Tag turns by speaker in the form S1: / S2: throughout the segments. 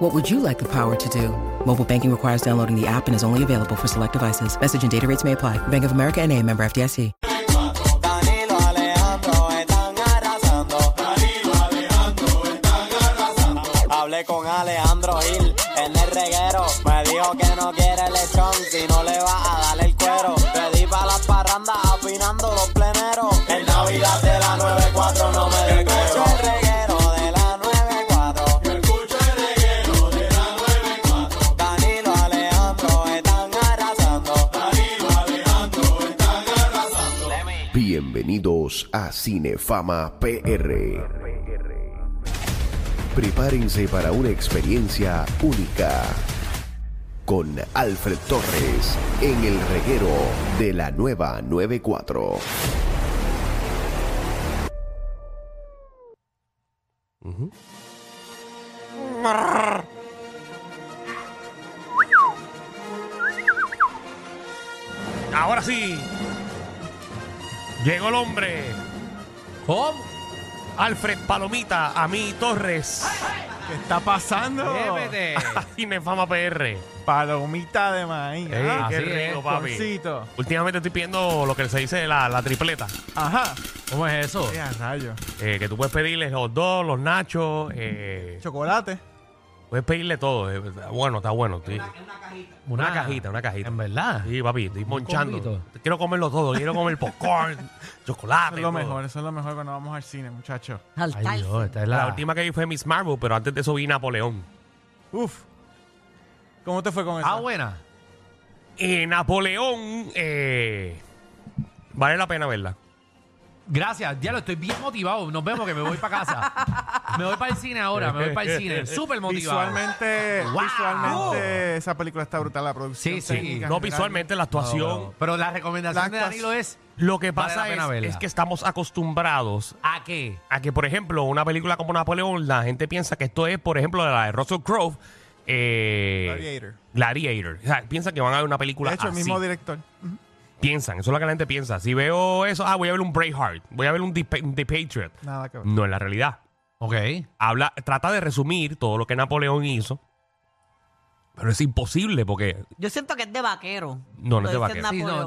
S1: What would you like the power to do? Mobile banking requires downloading the app and is only available for select devices. Message and data rates may apply. Bank of America and a member FDIC.
S2: Danilo Alejandro están arrasando. Danilo Alejandro están arrasando. Hablé con Alejandro Gil en el reguero. Me dijo que no quiere lechón si no le va a dar el cuero. Pedí para las parrandas afinando los pleneros. En Navidad de la 94 no me descuero. el reguero de la 94. Yo escucho el reguero de la 94. Danilo Alejandro están arrasando. Danilo Alejandro están arrasando.
S3: Bienvenidos a Cinefama PR. Prepárense para una experiencia única con Alfred Torres en el reguero de la nueva 94.
S4: Ahora sí. Llegó el hombre.
S5: ¿Cómo?
S4: Alfred Palomita, a mí Torres.
S6: ¿Qué está pasando?
S5: Llévete.
S4: Y Nefama PR.
S6: Palomita de maíz.
S4: Eh,
S6: Ah,
S4: qué
S5: así es,
S4: rico, papi.
S6: porcito.
S4: Últimamente estoy pidiendo lo que se dice la, la tripleta.
S6: Ajá.
S5: ¿Cómo es eso?
S6: Ya, rayo.
S4: Eh, que tú puedes pedirle los dos, los nachos. eh,
S6: Chocolate.
S4: puedes pedirle todo. eh, está bueno, está bueno. estoy- una, cajita, una cajita.
S5: ¿En verdad?
S4: Sí, papi, estoy monchando.
S5: combito.
S4: Quiero comerlo todo. Quiero comer popcorn,
S6: Eso
S4: chocolate.
S6: es lo
S4: todo.
S6: mejor, eso es lo mejor cuando vamos al cine, muchachos.
S5: Ay, Dios, esta es
S4: La
S5: la,
S4: última que vi fue Miss Marvel, pero antes de eso vi Napoleón.
S6: Uf. ¿Cómo te fue con eso?
S5: Ah, buena.
S4: Eh, Napoleón, eh, vale la pena verla.
S5: Gracias, ya lo estoy bien motivado. Nos vemos que me voy para casa. me voy para el cine ahora, me voy para el cine. Súper motivado.
S6: Visualmente,
S5: Wow.
S6: visualmente esa película está brutal, la producción.
S5: Sí, sí.
S6: técnica,
S4: No
S6: general.
S4: visualmente, la
S5: No,
S4: actuación.
S5: pero, pero la recomendación
S6: La
S5: de Danilo es
S4: Lo que
S5: Vale
S4: pasa
S5: la pena
S4: es- es,
S5: verla.
S4: que estamos acostumbrados
S5: ¿a qué?
S4: a que, por ejemplo, una película como Napoleón, la gente piensa que esto es, por ejemplo, la de Russell Crowe. eh,
S6: Gladiator.
S4: Gladiator. O sea, piensan que van a ver una película
S6: De hecho, el
S4: así.
S6: mismo director.
S4: Piensan, eso es lo que la gente piensa. Si veo eso, ah, voy a ver un Braveheart, voy a ver un The, Pa- The Patriot.
S6: Nada que ver.
S4: No es la realidad.
S5: Ok.
S4: habla, trata de resumir todo lo que Napoleón hizo, pero es imposible porque
S7: Yo siento que es de vaquero.
S4: No, no es de
S7: Lo dicen
S4: vaquero.
S5: Sí, no,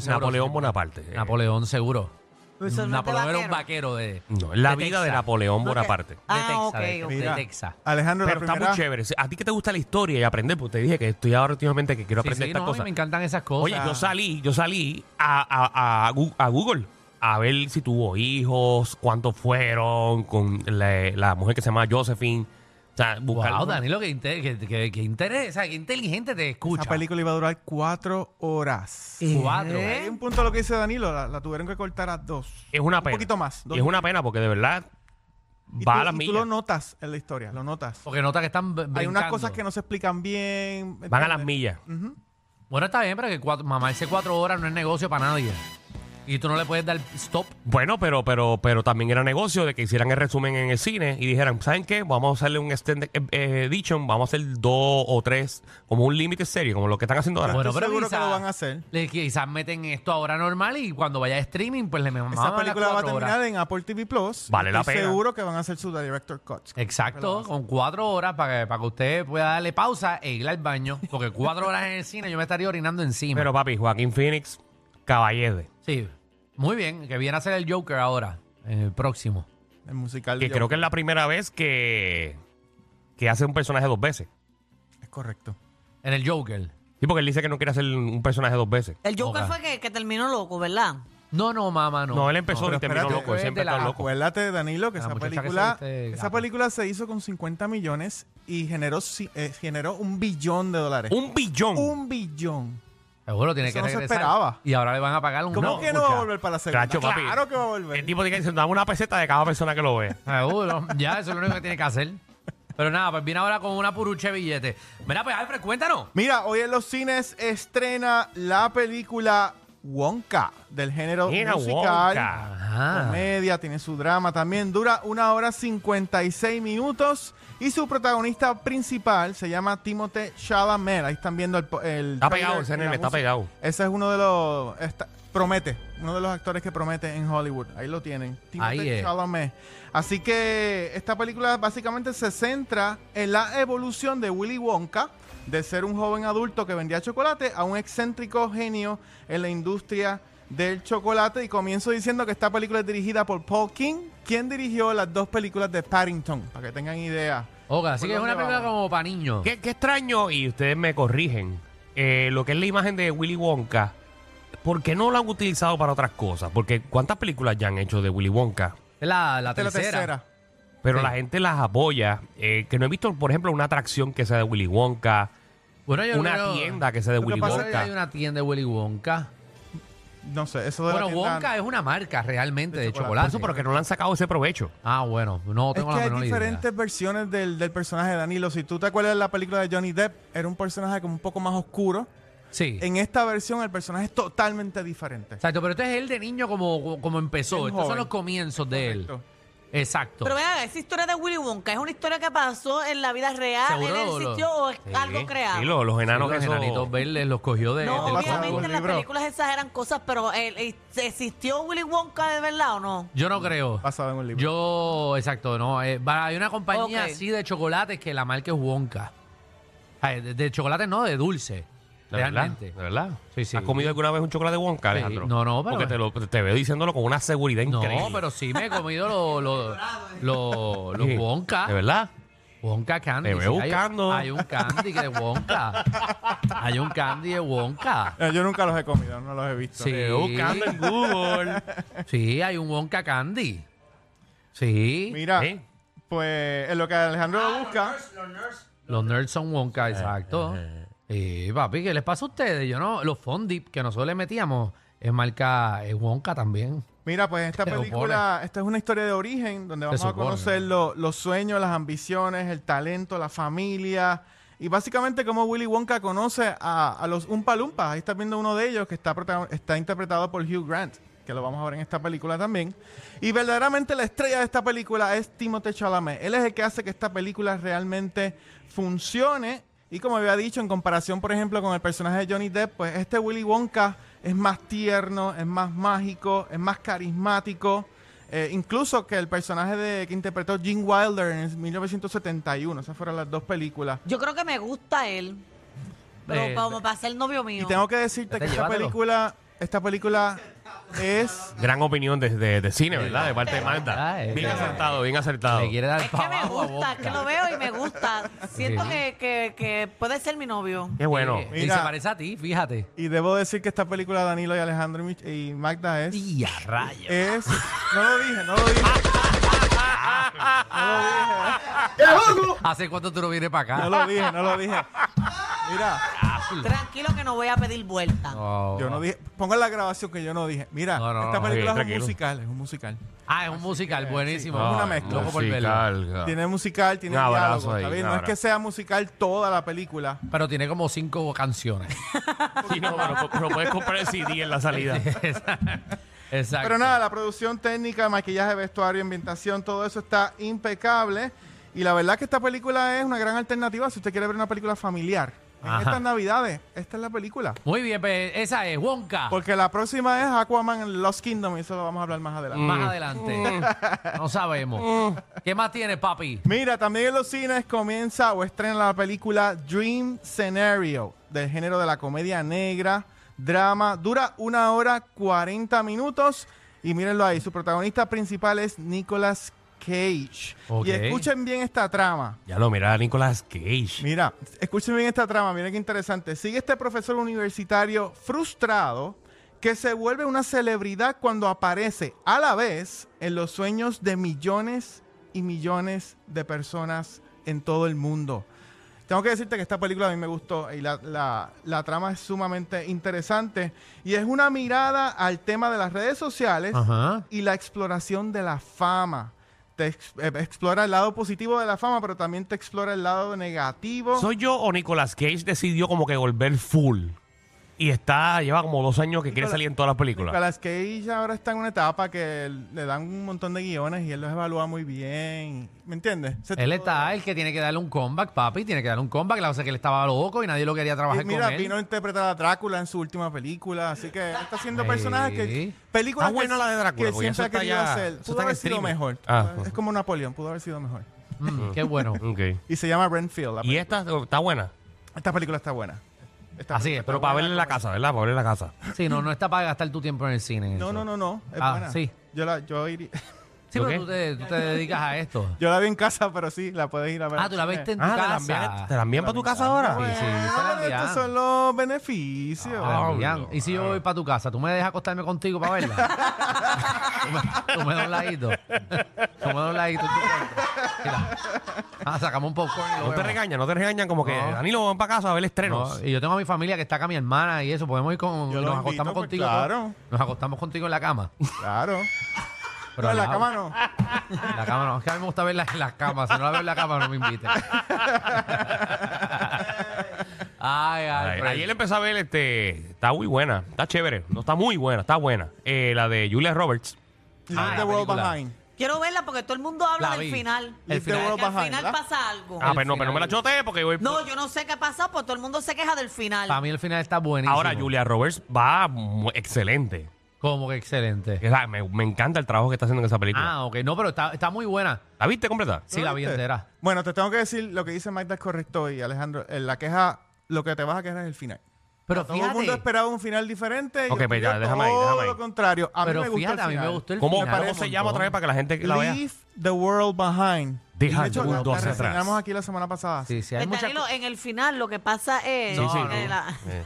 S4: No,
S5: Napoleón, seguro.
S4: Napoleón
S5: sí.
S4: Bonaparte. Eh,
S5: Napoleón, seguro.
S7: Eso no es de
S5: Napoleón era un vaquero de.
S4: no, es la
S5: de
S4: vida
S5: Texas.
S4: de Napoleón Bonaparte.
S5: De
S7: Ah,
S5: Texas,
S7: ok,
S5: de-
S7: ok.
S5: de
S6: Mira,
S5: Texas.
S6: Alejandro,
S4: Pero
S6: la
S4: está muy
S6: primera.
S4: chévere. A ti que te gusta la historia y aprender, porque te dije que estoy ahora últimamente que quiero
S5: Sí,
S4: aprender
S5: sí,
S4: estas
S5: no, a mí
S4: cosas.
S5: me encantan esas cosas.
S4: Oye, yo salí, yo salí a, a- a Gu- a Google a ver si tuvo hijos, cuántos fueron, con la, la mujer que se llama Josephine. O sea, buscar
S5: Wow, Danilo, que, inte- que, que, que interés- o sea, que inteligente te escucha.
S6: Esa película iba a durar cuatro horas.
S4: ¿Eh?
S5: Cuatro.
S6: Hay un punto lo que dice Danilo, la, la tuvieron que cortar a dos.
S4: es una pena.
S6: poquito más, dos
S4: Es una pena porque de verdad
S6: Y
S4: va
S6: tú-
S4: a las
S6: y tú
S4: millas.
S6: lo notas en la historia, lo notas.
S5: Porque nota que están b-
S6: Hay unas
S5: brincando.
S6: cosas que no se explican bien.
S4: Van a las
S6: ¿entiendes?
S4: millas.
S5: Bueno, está bien, pero que cuatro, mamá, ese cuatro horas no es negocio para nadie. Y tú no le puedes dar stop.
S4: Bueno, pero, pero, pero también era negocio de que hicieran el resumen en el cine y dijeran, ¿saben qué? Vamos a hacerle un extended eh, eh, edition, vamos a hacer dos o tres, como un límite serie, como lo que están haciendo ahora.
S5: Bueno,
S6: estoy
S5: pero
S6: seguro que
S5: quizá-
S6: lo van a hacer.
S5: le- quizás meten esto ahora normal y cuando vaya a streaming, pues le maman
S6: Esa
S5: las
S6: película va a
S5: cuatro
S6: terminar
S5: horas.
S6: en Apple TV Plus.
S4: Vale la
S6: Estoy
S4: pena. Eh,
S6: Seguro que van a hacer su director cuts.
S5: Exacto, con cuatro horas para que, para que usted pueda darle pausa e ir al baño. Porque cuatro horas en el cine yo me estaría orinando encima.
S4: pero papi, Joaquín Phoenix, caballete.
S5: sí, muy bien, que viene a ser el Joker ahora, en el próximo.
S6: El musical.
S4: Que
S6: de
S4: creo
S6: Joker.
S4: que es la primera vez que, que hace un personaje dos veces.
S6: es correcto.
S5: En el Joker.
S4: Sí, porque él dice que no quiere hacer un personaje dos veces.
S7: El Joker
S5: Ok.
S7: fue que, que terminó loco, ¿verdad?
S5: No, no, mamá, no.
S4: No, él empezó
S5: No,
S4: y
S5: pero
S4: terminó
S5: espérate,
S4: loco. él
S5: es
S4: siempre
S5: de la-
S4: está loco.
S6: Acuérdate, Danilo, que
S5: La
S6: esa
S5: muchacha que
S6: película,
S5: se viste
S6: esa
S5: gato.
S6: película se hizo con 50 millones y generó, ci- eh, generó un billón de dólares.
S4: Un billón.
S6: Un billón.
S5: Seguro tiene
S6: Eso
S5: que
S6: no se
S5: regresar.
S6: esperaba.
S5: Y ahora le van a pagar un
S6: ¿Cómo
S5: No,
S6: que no va a
S5: escucha.
S6: volver para la segunda?
S4: Cacho, papi.
S6: claro que va a
S4: El
S6: volver.
S4: tipo tiene que decir, dame una peseta de cada persona que lo ve.
S5: Seguro, ya, eso es lo único que tiene que hacer. Pero nada, pues viene ahora con una puruche de billete. Mira, pues Alfred, cuéntanos.
S6: Mira, hoy en los cines estrena la película Wonka, del género
S4: Mira,
S6: musical.
S4: Wonka.
S5: Ajá.
S6: Comedia, tiene su drama también. Dura una hora 56 minutos. Y su protagonista principal se llama Timothée Chalamet. Ahí están viendo el. po- el
S4: Está pegado
S6: trailer
S4: ese
S6: y la
S4: nene, está
S6: música.
S4: pegado.
S6: Ese es uno de los. está- promete. Uno de los actores que promete en Hollywood. Ahí lo tienen.
S5: Ahí
S6: Timothée
S5: es.
S6: Chalamet. Así que esta película básicamente se centra en la evolución de Willy Wonka, de ser un joven adulto que vendía chocolate a un excéntrico genio en la industria del chocolate. Y comienzo diciendo que esta película es dirigida por Paul King, quien dirigió las dos películas de Paddington, para que tengan idea.
S5: Oga, así
S6: ¿Por
S5: que es
S6: dónde
S5: una película
S6: vamos?
S5: como para niños.
S4: Qué, qué extraño, y ustedes me corrigen, eh, lo que es la imagen de Willy Wonka, ¿por qué no la han utilizado para otras cosas? Porque ¿cuántas películas ya han hecho de Willy Wonka?
S5: Es la, la
S6: Esta es la
S5: tercera.
S6: tercera.
S4: Pero
S5: Sí.
S4: la gente las apoya. eh, que no he visto, por ejemplo, una atracción que sea de Willy Wonka,
S5: Bueno, yo
S4: una
S5: creo-
S4: tienda que sea de
S6: Lo que
S4: Willy
S6: pasa
S5: Creo que
S4: Wonka.
S5: hay una tienda de Willy Wonka.
S6: No sé, eso de la
S5: Bueno,
S6: tienda-
S5: Wonka es una marca realmente
S6: de
S5: de
S4: Por
S5: chocolate.
S6: chocolate.
S4: eso, pero que no le han sacado ese provecho.
S5: Ah, bueno, no
S6: Es
S5: tengo
S6: que
S5: la
S6: hay
S5: menor
S6: diferentes versiones del, del personaje de Danilo. Si tú te acuerdas de la película de Johnny Depp, era un personaje como un poco más oscuro.
S5: idea. Sí.
S6: En esta versión el personaje es totalmente diferente.
S5: Exacto, pero este es el de niño como, como empezó.
S6: Bien
S5: Estos son
S6: joven.
S5: los comienzos de
S6: Correcto.
S5: él. Exacto.
S7: Pero vean, esa historia de Willy Wonka es una historia que pasó en la vida real,
S5: Seguro
S7: en el
S5: lo- lo-
S7: sitio o es algo
S4: Sí,
S7: creado.
S4: sí, los, los
S5: Sí,
S4: enanos
S5: los
S4: que son-
S5: enanitos verdes los cogió de,
S7: no,
S5: del
S6: pasado.
S7: obviamente
S5: pasado.
S7: en las
S6: Libro.
S7: películas esas eran cosas, pero eh, eh, ¿existió Willy Wonka de verdad o no?
S5: Yo no creo.
S6: Basado en un libro.
S5: Yo, exacto, no. eh, va- hay una compañía
S7: Ok.
S5: así de chocolates que la marca es Wonka. Ay, de, de chocolate no, de dulce.
S4: ¿De verdad?
S5: realmente.
S4: ¿De verdad?
S5: Sí, sí.
S4: ¿Has comido alguna vez un chocolate de Wonka,
S5: Sí.
S4: Alejandro?
S5: No, no, pero-
S4: Porque te, lo- te veo diciéndolo con una seguridad
S5: No,
S4: increíble.
S5: pero sí me he comido los lo, lo- los
S4: Sí.
S5: Wonka.
S4: ¿De verdad?
S5: Wonka Candy.
S4: Te veo
S5: sí, hay-
S4: buscando.
S5: Hay, un candy que de Wonka. hay un candy de Wonka.
S6: Eh, Yo nunca los he comido, no los he visto.
S5: Sí.
S4: Te veo buscando en Google.
S5: Sí, hay un Wonka Candy. Sí.
S6: Mira,
S4: ¿Eh?
S6: pues en lo que Alejandro lo busca,
S5: Los nerds son Wonka, exacto. Y papi, ¿qué les pasa a ustedes? Yo no, los Fondip que nosotros le metíamos es marca es Wonka también.
S6: mira, pues esta
S5: Se
S6: película, esta es una historia de origen donde vamos a
S5: supone.
S6: conocer lo- los sueños, las ambiciones, el talento, la familia. Y básicamente como Willy Wonka conoce a, a los Oompa Loompas. Ahí está viendo uno de ellos que está, prota- está interpretado por Hugh Grant, que lo vamos a ver en esta película también. Y verdaderamente la estrella de esta película es Timothée Chalamet. Él es el que hace que esta película realmente funcione. Y como había dicho, en comparación, por ejemplo, con el personaje de Johnny Depp, pues este Willy Wonka es más tierno, es más mágico, es más carismático. Eh, incluso que el personaje de, que interpretó Gene Wilder en 1971. Esas fueron las dos películas.
S7: Yo creo que me gusta él, pero
S5: Eh,
S7: como para ser novio
S6: Y
S7: mío.
S6: tengo que decirte que esta
S5: llévatelo.
S6: película, esta película es
S4: Gran opinión de, de- de cine, ¿verdad? De parte de Magda.
S5: Ah, eh.
S4: Bien acertado, bien acertado.
S5: Le quiere dar
S7: Es
S5: pa'
S7: que me
S5: abajo a
S7: gusta,
S5: Wonka.
S7: que lo veo y me gusta. Siento
S5: Sí.
S7: que, que, que puede ser mi novio.
S4: Qué bueno.
S5: Eh, y
S6: Mira.
S5: se parece a ti, fíjate.
S6: Y debo decir que esta película Danilo y Alejandro y Mich- y Magda es. Eh.
S5: Y a rayos.
S6: Es. No lo dije, no lo dije.
S5: ¿Hace cuánto tú no vienes para acá?
S6: No lo dije, no lo dije. Mira,
S7: Tranquilo que no voy a pedir vuelta.
S5: Oh.
S6: yo no dije. Pongo en la grabación que yo no dije. Mira,
S5: No, no, no,
S6: esta
S5: no,
S6: película
S4: ok,
S6: es un
S4: tranquilo.
S6: musical, es un musical.
S5: Ah, es un musical, buenísimo.
S6: sí, es una
S4: Ay,
S6: mezcla.
S5: Loco por verlo.
S4: musical.
S6: Tiene musical, tiene
S4: Ah. Un abrazo
S6: diálogo,
S4: ahí,
S6: ¿está bien?
S4: un
S6: No es que
S4: abrazo.
S6: sea musical toda la película.
S5: Pero tiene como cinco canciones.
S4: Sí, no, pero, pero puedes comprar el CD en la salida.
S5: Exacto.
S6: Pero nada, la producción técnica, maquillaje, vestuario, ambientación, todo eso está impecable. Y la verdad que esta película es una gran alternativa si usted quiere ver una película familiar. En
S5: Ajá.
S6: estas navidades, esta es la película.
S5: Muy bien, pues, esa es Wonka.
S6: Porque la próxima es Aquaman and Lost Kingdom y eso lo vamos a hablar más adelante.
S5: Más adelante. no sabemos. ¿Qué más tiene, papi?
S6: Mira, también en los cines comienza o estrena la película Dream Scenario, del género de la comedia negra, drama. Dura una hora 40 minutos y mírenlo ahí. Su protagonista principal es Nicolas Cage.
S5: Ok.
S6: Y escuchen bien esta trama.
S4: Ya lo mira Nicolas Cage.
S6: Mira, escuchen bien esta trama, miren qué interesante. Sigue este profesor universitario frustrado que se vuelve una celebridad cuando aparece a la vez en los sueños de millones y millones de personas en todo el mundo. Tengo que decirte que esta película a mí me gustó y la, la- la trama es sumamente interesante y es una mirada al tema de las redes sociales
S5: Ajá.
S6: y la exploración de la fama. Te ex- eh, explora el lado positivo de la fama, pero también te explora el lado negativo.
S4: ¿Soy yo o Nicolas Cage decidió como que volver full? Y está, lleva como dos años que quiere
S6: Nicolas-
S4: salir en todas las películas.
S6: Nicolas Cage ahora está en una etapa que le dan un montón de guiones y él los evalúa muy bien. ¿Me entiendes? Se-
S5: Él está, el que tiene que darle un comeback, papi, tiene que darle un comeback. La cosa es que él estaba loco y nadie lo quería
S6: y
S5: trabajar
S6: mira,
S5: con él.
S6: vino a interpretar a Drácula en su última película, así que él está haciendo
S5: Sí.
S6: personajes que películas
S4: Está buena
S6: que,
S4: Ah, la de Drácula,
S6: que
S4: porque
S6: siempre
S4: eso
S6: ha
S4: está
S6: querido
S4: ya-
S6: hacer.
S4: eso
S6: Pudo
S4: está en
S6: haber sido
S4: streaming.
S6: mejor.
S4: Ah.
S6: Es como Napoleón, pudo haber sido mejor.
S5: Mm, qué bueno.
S4: Ok.
S6: Y se llama Renfield. la
S4: Y
S6: película.
S4: esta está buena.
S6: Esta película está buena. Esta
S4: Ah,
S5: Así
S6: película
S5: es,
S6: está
S4: Pero para
S6: buena
S4: verla en la
S6: como-
S4: casa, ¿verdad? Para verla en la casa.
S5: Sí, no, no está para gastar tu tiempo en el cine.
S6: No,
S5: eso.
S6: no, no, no. Es
S5: Ah,
S6: buena.
S5: sí.
S6: Yo la, yo, iría-
S5: Sí,
S4: ¿Lo qué?
S5: pero tú te, tú te dedicas a esto.
S6: yo la vi en casa, pero sí, la puedes ir a ver.
S5: Ah,
S6: al
S5: tú la
S6: cine.
S5: viste en tu
S4: Ah, te la envían-
S5: casa.
S4: te la envían para tu casa ahora.
S5: Sí, sí,
S6: Ah,
S5: se la
S6: pero estos
S5: envían.
S6: son los beneficios.
S5: Te la envían.
S4: Pablo,
S5: Y si yo voy para tu casa, ¿tú me dejas acostarme contigo para verla? tú, me, tú me das un ladito. tú me das un ladito. en tu cuarto. Mira. Ah, sacamos un popcorn y lo
S4: No te
S5: vemos.
S4: regañan, no te regañan como que
S5: No.
S4: Danilo van para casa a ver
S5: No,
S4: estrenos.
S5: y yo tengo a mi familia que está acá, mi hermana y eso. Podemos ir con.
S6: Yo los
S5: y nos
S6: invito,
S5: acostamos
S6: pues,
S5: contigo.
S6: claro.
S5: Nos acostamos contigo en la cama.
S6: Claro.
S5: Pero
S6: no,
S5: Ah,
S6: en la
S5: al
S6: cama
S5: lado.
S6: no.
S5: En la cama no. Es que a mí me gusta verla en la cama. Si no la veo en la cama, no me inviten. ay, ay.
S4: Ay,
S5: Fred.
S4: ayer empecé a ver este. Está muy buena, está chévere. No está muy buena, está buena. Eh, la de Julia Roberts.
S5: Ah,
S6: Leave
S5: la
S6: the world
S5: película.
S6: behind.
S7: Quiero verla porque todo el mundo habla
S5: La
S7: del
S5: vi.
S7: final.
S5: El
S6: Leave the
S5: final.
S7: Que
S6: world
S7: al
S6: behind.
S7: final
S6: ¿verdad?
S7: pasa algo.
S4: Ah,
S5: El
S4: pero no, pero no me la
S5: final.
S4: choteé porque voy.
S7: No, yo no sé qué ha pasado, pero todo el mundo se queja del final.
S5: Para mí el final está buenísimo.
S4: Ahora Julia Roberts va mu- excelente.
S5: Como que excelente.
S4: Es la- me, me encanta el trabajo que está haciendo en esa película.
S5: Ah, ok. No, pero está, está muy buena.
S4: ¿La viste completa?
S5: Sí, la vi
S6: ¿Viste?
S5: entera.
S6: Bueno, te tengo que decir lo que dice Magda es correcto y Alejandro. En la queja, lo que te vas a quejar es el final.
S5: Pero
S6: Todo el mundo
S5: fíjate.
S6: esperaba un final diferente. y
S4: Ok,
S6: yo
S4: pues ya,
S6: pido
S4: déjame ahí,
S6: todo
S4: déjame ahí.
S6: lo contrario. A mí
S5: Pero
S6: me gustó
S5: fíjate,
S6: el
S5: a mí me
S6: final.
S5: gustó el
S4: ¿Cómo,
S5: final.
S4: cómo se llama otra vez para que la gente la vea?
S6: Leave the world behind.
S4: Deja
S6: De
S4: el
S6: hecho, la-
S4: mundo
S6: la
S4: hacia atrás.
S6: reseñamos aquí la semana pasada.
S5: Sí, sí, hay
S7: Pues,
S5: muchas
S7: Danilo,
S5: cosas.
S7: en el final lo que pasa es...
S4: Sí, sí,
S7: que
S4: no.
S7: la-
S4: Eh,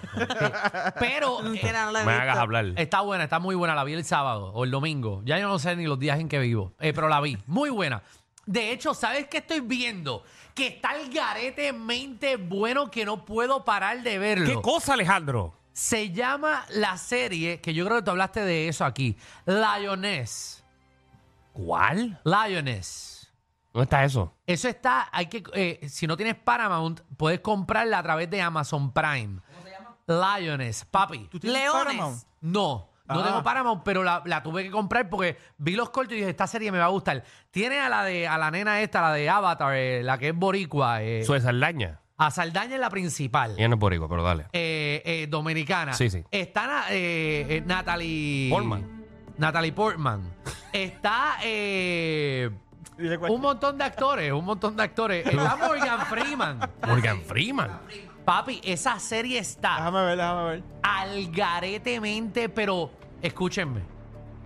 S5: Pero
S7: Entera, no la he
S4: me
S7: visto.
S4: hagas hablar.
S5: Está buena, está muy buena. La vi el sábado o el domingo. Ya yo no sé ni los días en que vivo. Eh, pero la vi. Muy buena. De hecho, ¿sabes qué estoy viendo? Que está el garete mente bueno que no puedo parar de verlo.
S4: ¿Qué cosa, Alejandro?
S5: Se llama la serie, que yo creo que tú hablaste de eso aquí. Lioness.
S4: ¿Cuál?
S5: Lioness.
S4: ¿Dónde está eso?
S5: Eso está, hay que, eh, si no tienes Paramount, puedes comprarla a través de Amazon Prime. ¿Cómo se llama? Lioness, papi.
S6: ¿Tú tienes
S7: Leones.
S6: Paramount?
S5: No, no
S6: Ah.
S5: tengo Paramount, pero la, la tuve que comprar porque vi los cortos y dije, esta serie me va a gustar. Tiene a la de a la nena esta, la de Avatar, eh, la que es boricua, eh,
S4: Eso es Saldaña.
S5: a Saldaña es la principal,
S4: Ella no es boricua, pero dale.
S5: eh, eh, dominicana.
S4: Sí, sí.
S5: Está na- eh, eh, Natalie...
S4: Portman.
S5: Natalie Portman. Está... eh,
S6: Dile cuál-
S5: un montón de actores, un montón de actores. Está Morgan Freeman.
S4: Morgan Freeman.
S5: Papi, esa serie está
S6: Déjame ver, déjame ver.
S5: algaretemente, pero escúchenme.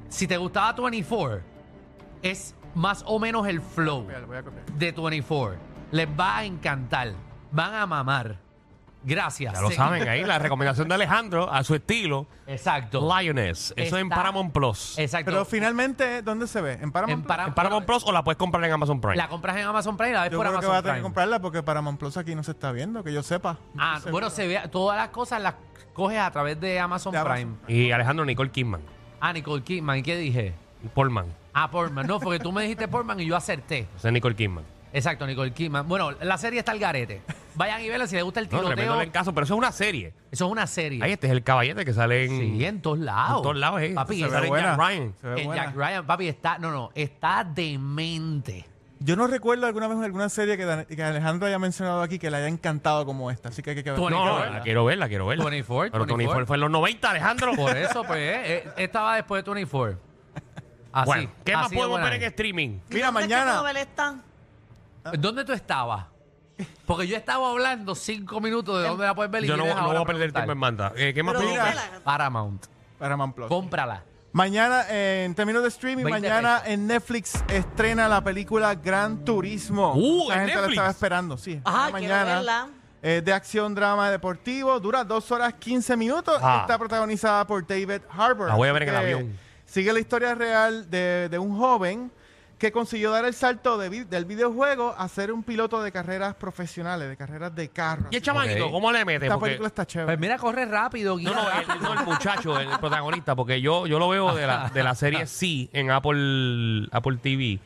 S5: Si te gustaba 24, es más o menos el flow
S6: Voy a- voy a copiar.
S5: de 24. Les va a encantar. Van a mamar. Gracias.
S4: Ya lo
S5: Se-
S4: saben ahí, la recomendación de Alejandro a su estilo.
S5: Exacto.
S4: Lioness. Eso es en
S5: Está-
S4: Paramount Plus.
S5: Exacto.
S6: Pero finalmente, ¿dónde se ve? ¿En Paramount?
S5: En
S6: Plus?
S5: Param-
S4: ¿En Paramount Plus o la puedes comprar en Amazon Prime?
S5: La compras en Amazon Prime y la ves
S6: Yo
S5: por
S6: creo que
S5: Amazon
S6: voy a tener que
S5: Prime.
S6: comprarla porque Paramount Plus aquí no se está viendo, que yo sepa.
S5: Ah, bueno, se ve, todas las cosas las coges a través de Amazon
S6: De Amazon
S5: Prime.
S4: Y Alejandro Nicole Kidman.
S5: Ah, Nicole Kidman, ¿y qué dije?
S4: Portman.
S5: Ah, Portman. No, porque tú me dijiste Portman y yo acerté.
S4: Ese es Nicole Kidman.
S5: Exacto, Nicole Kidman. Bueno, la serie está al garete. Vayan y verla si les gusta el
S4: No,
S5: tiroteo.
S4: tremendo el caso, pero eso es una serie.
S5: Eso es una serie.
S4: Ahí este es el caballete que sale en.
S5: Sí, en todos lados.
S4: En todos lados, eh.
S5: Papi,
S4: Se
S5: en
S4: ve
S5: Jack
S4: buena.
S5: Ryan.
S6: Se ve
S5: En
S6: buena.
S5: eh, Jack Ryan, papi, está... No, no, está demente.
S6: Yo no recuerdo alguna vez en alguna serie que, Dan- que Alejandro haya mencionado aquí que le haya encantado como esta, así que hay que ver.
S5: Tú-
S4: No,
S5: Quiero
S4: la
S5: verla.
S4: quiero verla, quiero verla.
S5: 24,
S4: Pero 24 fue en los 90, Alejandro.
S5: Por eso, pues, eh, eh, esta va después de 24. Así,
S4: bueno, ¿qué más
S5: así de
S4: podemos
S5: buena
S4: ver en
S5: es.
S4: streaming?
S6: Mira,
S7: ¿Dónde es que puedo
S6: mañana.
S7: ver esta?
S5: ¿Dónde tú estabas? Porque yo estaba hablando cinco minutos de dónde la puedes ver. y
S4: Yo no,
S5: vienes
S4: no voy
S5: ahora
S4: a perder
S5: preguntar.
S4: tiempo en manda. Eh, ¿Qué más
S7: Pero
S4: podemos
S6: mira.
S4: ver?
S7: vela.
S5: Paramount,
S6: Paramount Plus.
S5: cómprala.
S6: Mañana, eh, en términos de streaming,
S5: 20
S6: mañana
S5: pesos.
S6: en Netflix estrena la película Gran Turismo.
S4: Uh,
S6: la
S4: ¿en
S6: gente la
S4: Netflix? Ah,
S6: estaba esperando, sí.
S7: Ajá, quiero verla.
S6: mañana. eh, de acción, drama, deportivo. Dura 2 horas 15 minutos.
S4: Ah.
S6: Está protagonizada por David Harbour.
S4: La voy a
S6: Así
S4: ver en el
S6: que
S4: avión.
S6: Sigue la historia real de, de un joven que consiguió dar el salto de vi- del videojuego a ser un piloto de carreras profesionales, de carreras de carros.
S4: ¿Y el chamaquito?
S5: Ok.
S4: ¿Cómo le mete?
S6: Esta
S4: Porque-
S6: película está chévere.
S5: Pues mira, corre rápido, guía
S4: No, eh, no, el,
S5: rápido.
S4: no, el muchacho, el protagonista, porque yo, yo lo veo de la, de la serie Sí en Apple, Apple TV.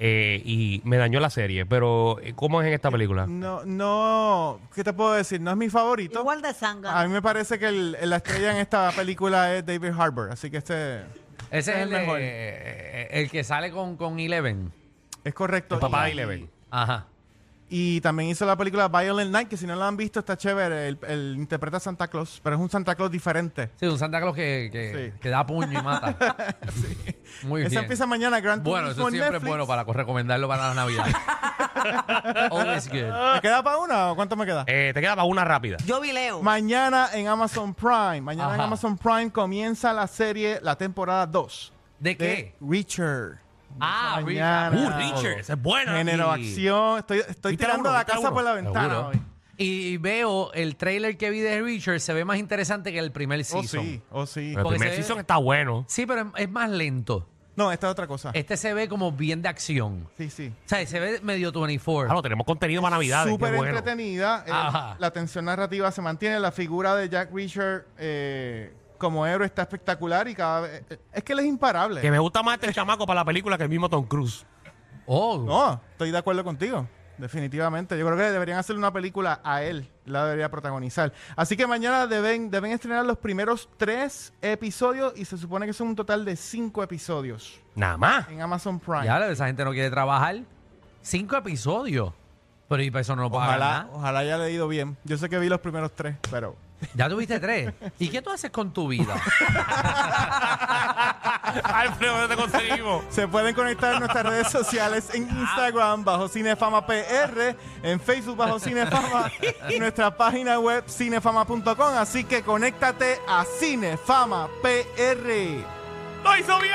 S4: eh, y me dañó la serie. Pero, eh, ¿cómo es en esta película?
S6: No, no, ¿qué te puedo decir? No es mi favorito.
S7: Igual de
S6: A
S7: sanga.
S6: mí me parece que el- la estrella en esta película es David Harbour, así que este
S5: Ese
S6: Es
S5: es el,
S6: el mejor.
S5: de- el que sale con, con Eleven.
S6: es correcto.
S4: El papá de
S6: Y-
S4: Eleven.
S5: Ajá.
S6: Y también hizo la película Violent Night, que si no la han visto está chévere. El, el interpreta a Santa Claus, pero es un Santa Claus diferente.
S5: Sí, un Santa Claus que, que,
S6: Sí.
S5: que da puño y mata. Muy bien.
S6: Esa empieza mañana, Gran
S5: bueno, eso
S6: Turismo en
S5: siempre es
S6: Netflix.
S5: bueno para recomendarlo para la Navidad. Always good.
S6: ¿Me queda para una o cuánto me queda?
S4: Eh, te quedaba una rápida.
S7: Yo vi Leo.
S6: Mañana en Amazon Prime. Mañana en
S5: Ajá.
S6: Amazon Prime comienza la serie, la temporada 2.
S5: ¿De qué?
S6: Richard.
S5: Ah,
S6: Mañana.
S5: Richard.
S4: Uh, Richard, esa es buena.
S6: Género,
S4: Y-
S6: acción. Estoy, estoy
S4: Viste la
S6: tirando
S4: uno,
S6: la
S4: viste la
S6: casa
S4: uno.
S6: por la ventana
S5: Seguro.
S6: hoy.
S5: Y veo el trailer que vi de Richard, se ve más interesante que el primer
S6: Oh,
S5: season.
S6: sí, oh, sí.
S4: Pero El
S5: Porque
S4: primer
S5: se ve-
S4: season está bueno.
S5: Sí, pero es- es más lento.
S6: No, esta es otra cosa.
S5: Este se ve como bien de acción.
S6: Sí, sí.
S5: O sea, se ve medio 24.
S4: Claro, Ah, tenemos contenido para Navidad.
S6: Súper entretenida. eh,
S5: Ajá.
S6: la tensión narrativa se mantiene. La figura de Jack Richard eh, como héroe está espectacular y cada vez. eh, Es que él es imparable.
S4: Que me gusta más este chamaco para la película que el mismo Tom Cruise.
S5: Oh,
S6: No, estoy de acuerdo contigo. Definitivamente. Yo creo que deberían hacer una película a él. La debería protagonizar. Así que mañana deben, deben estrenar los primeros tres episodios y se supone que son un total de cinco episodios
S4: Nada más.
S6: en Amazon Prime.
S5: ya esa gente no quiere trabajar. Cinco episodios. Pero y para eso no lo pagan
S6: Ojalá,
S5: nada.
S6: ojalá haya leído bien. Yo sé que vi los primeros tres, pero.
S5: Ya tuviste tres. ¿Y qué tú haces con tu vida?
S4: Alfredo, ¿dónde te conseguimos?
S6: Se pueden conectar en nuestras redes sociales en Instagram bajo Cinefama PR, en Facebook bajo Cinefama y nuestra página web cinefama.com. Así que conéctate a Cinefama PR.
S4: ¡Lo hizo bien!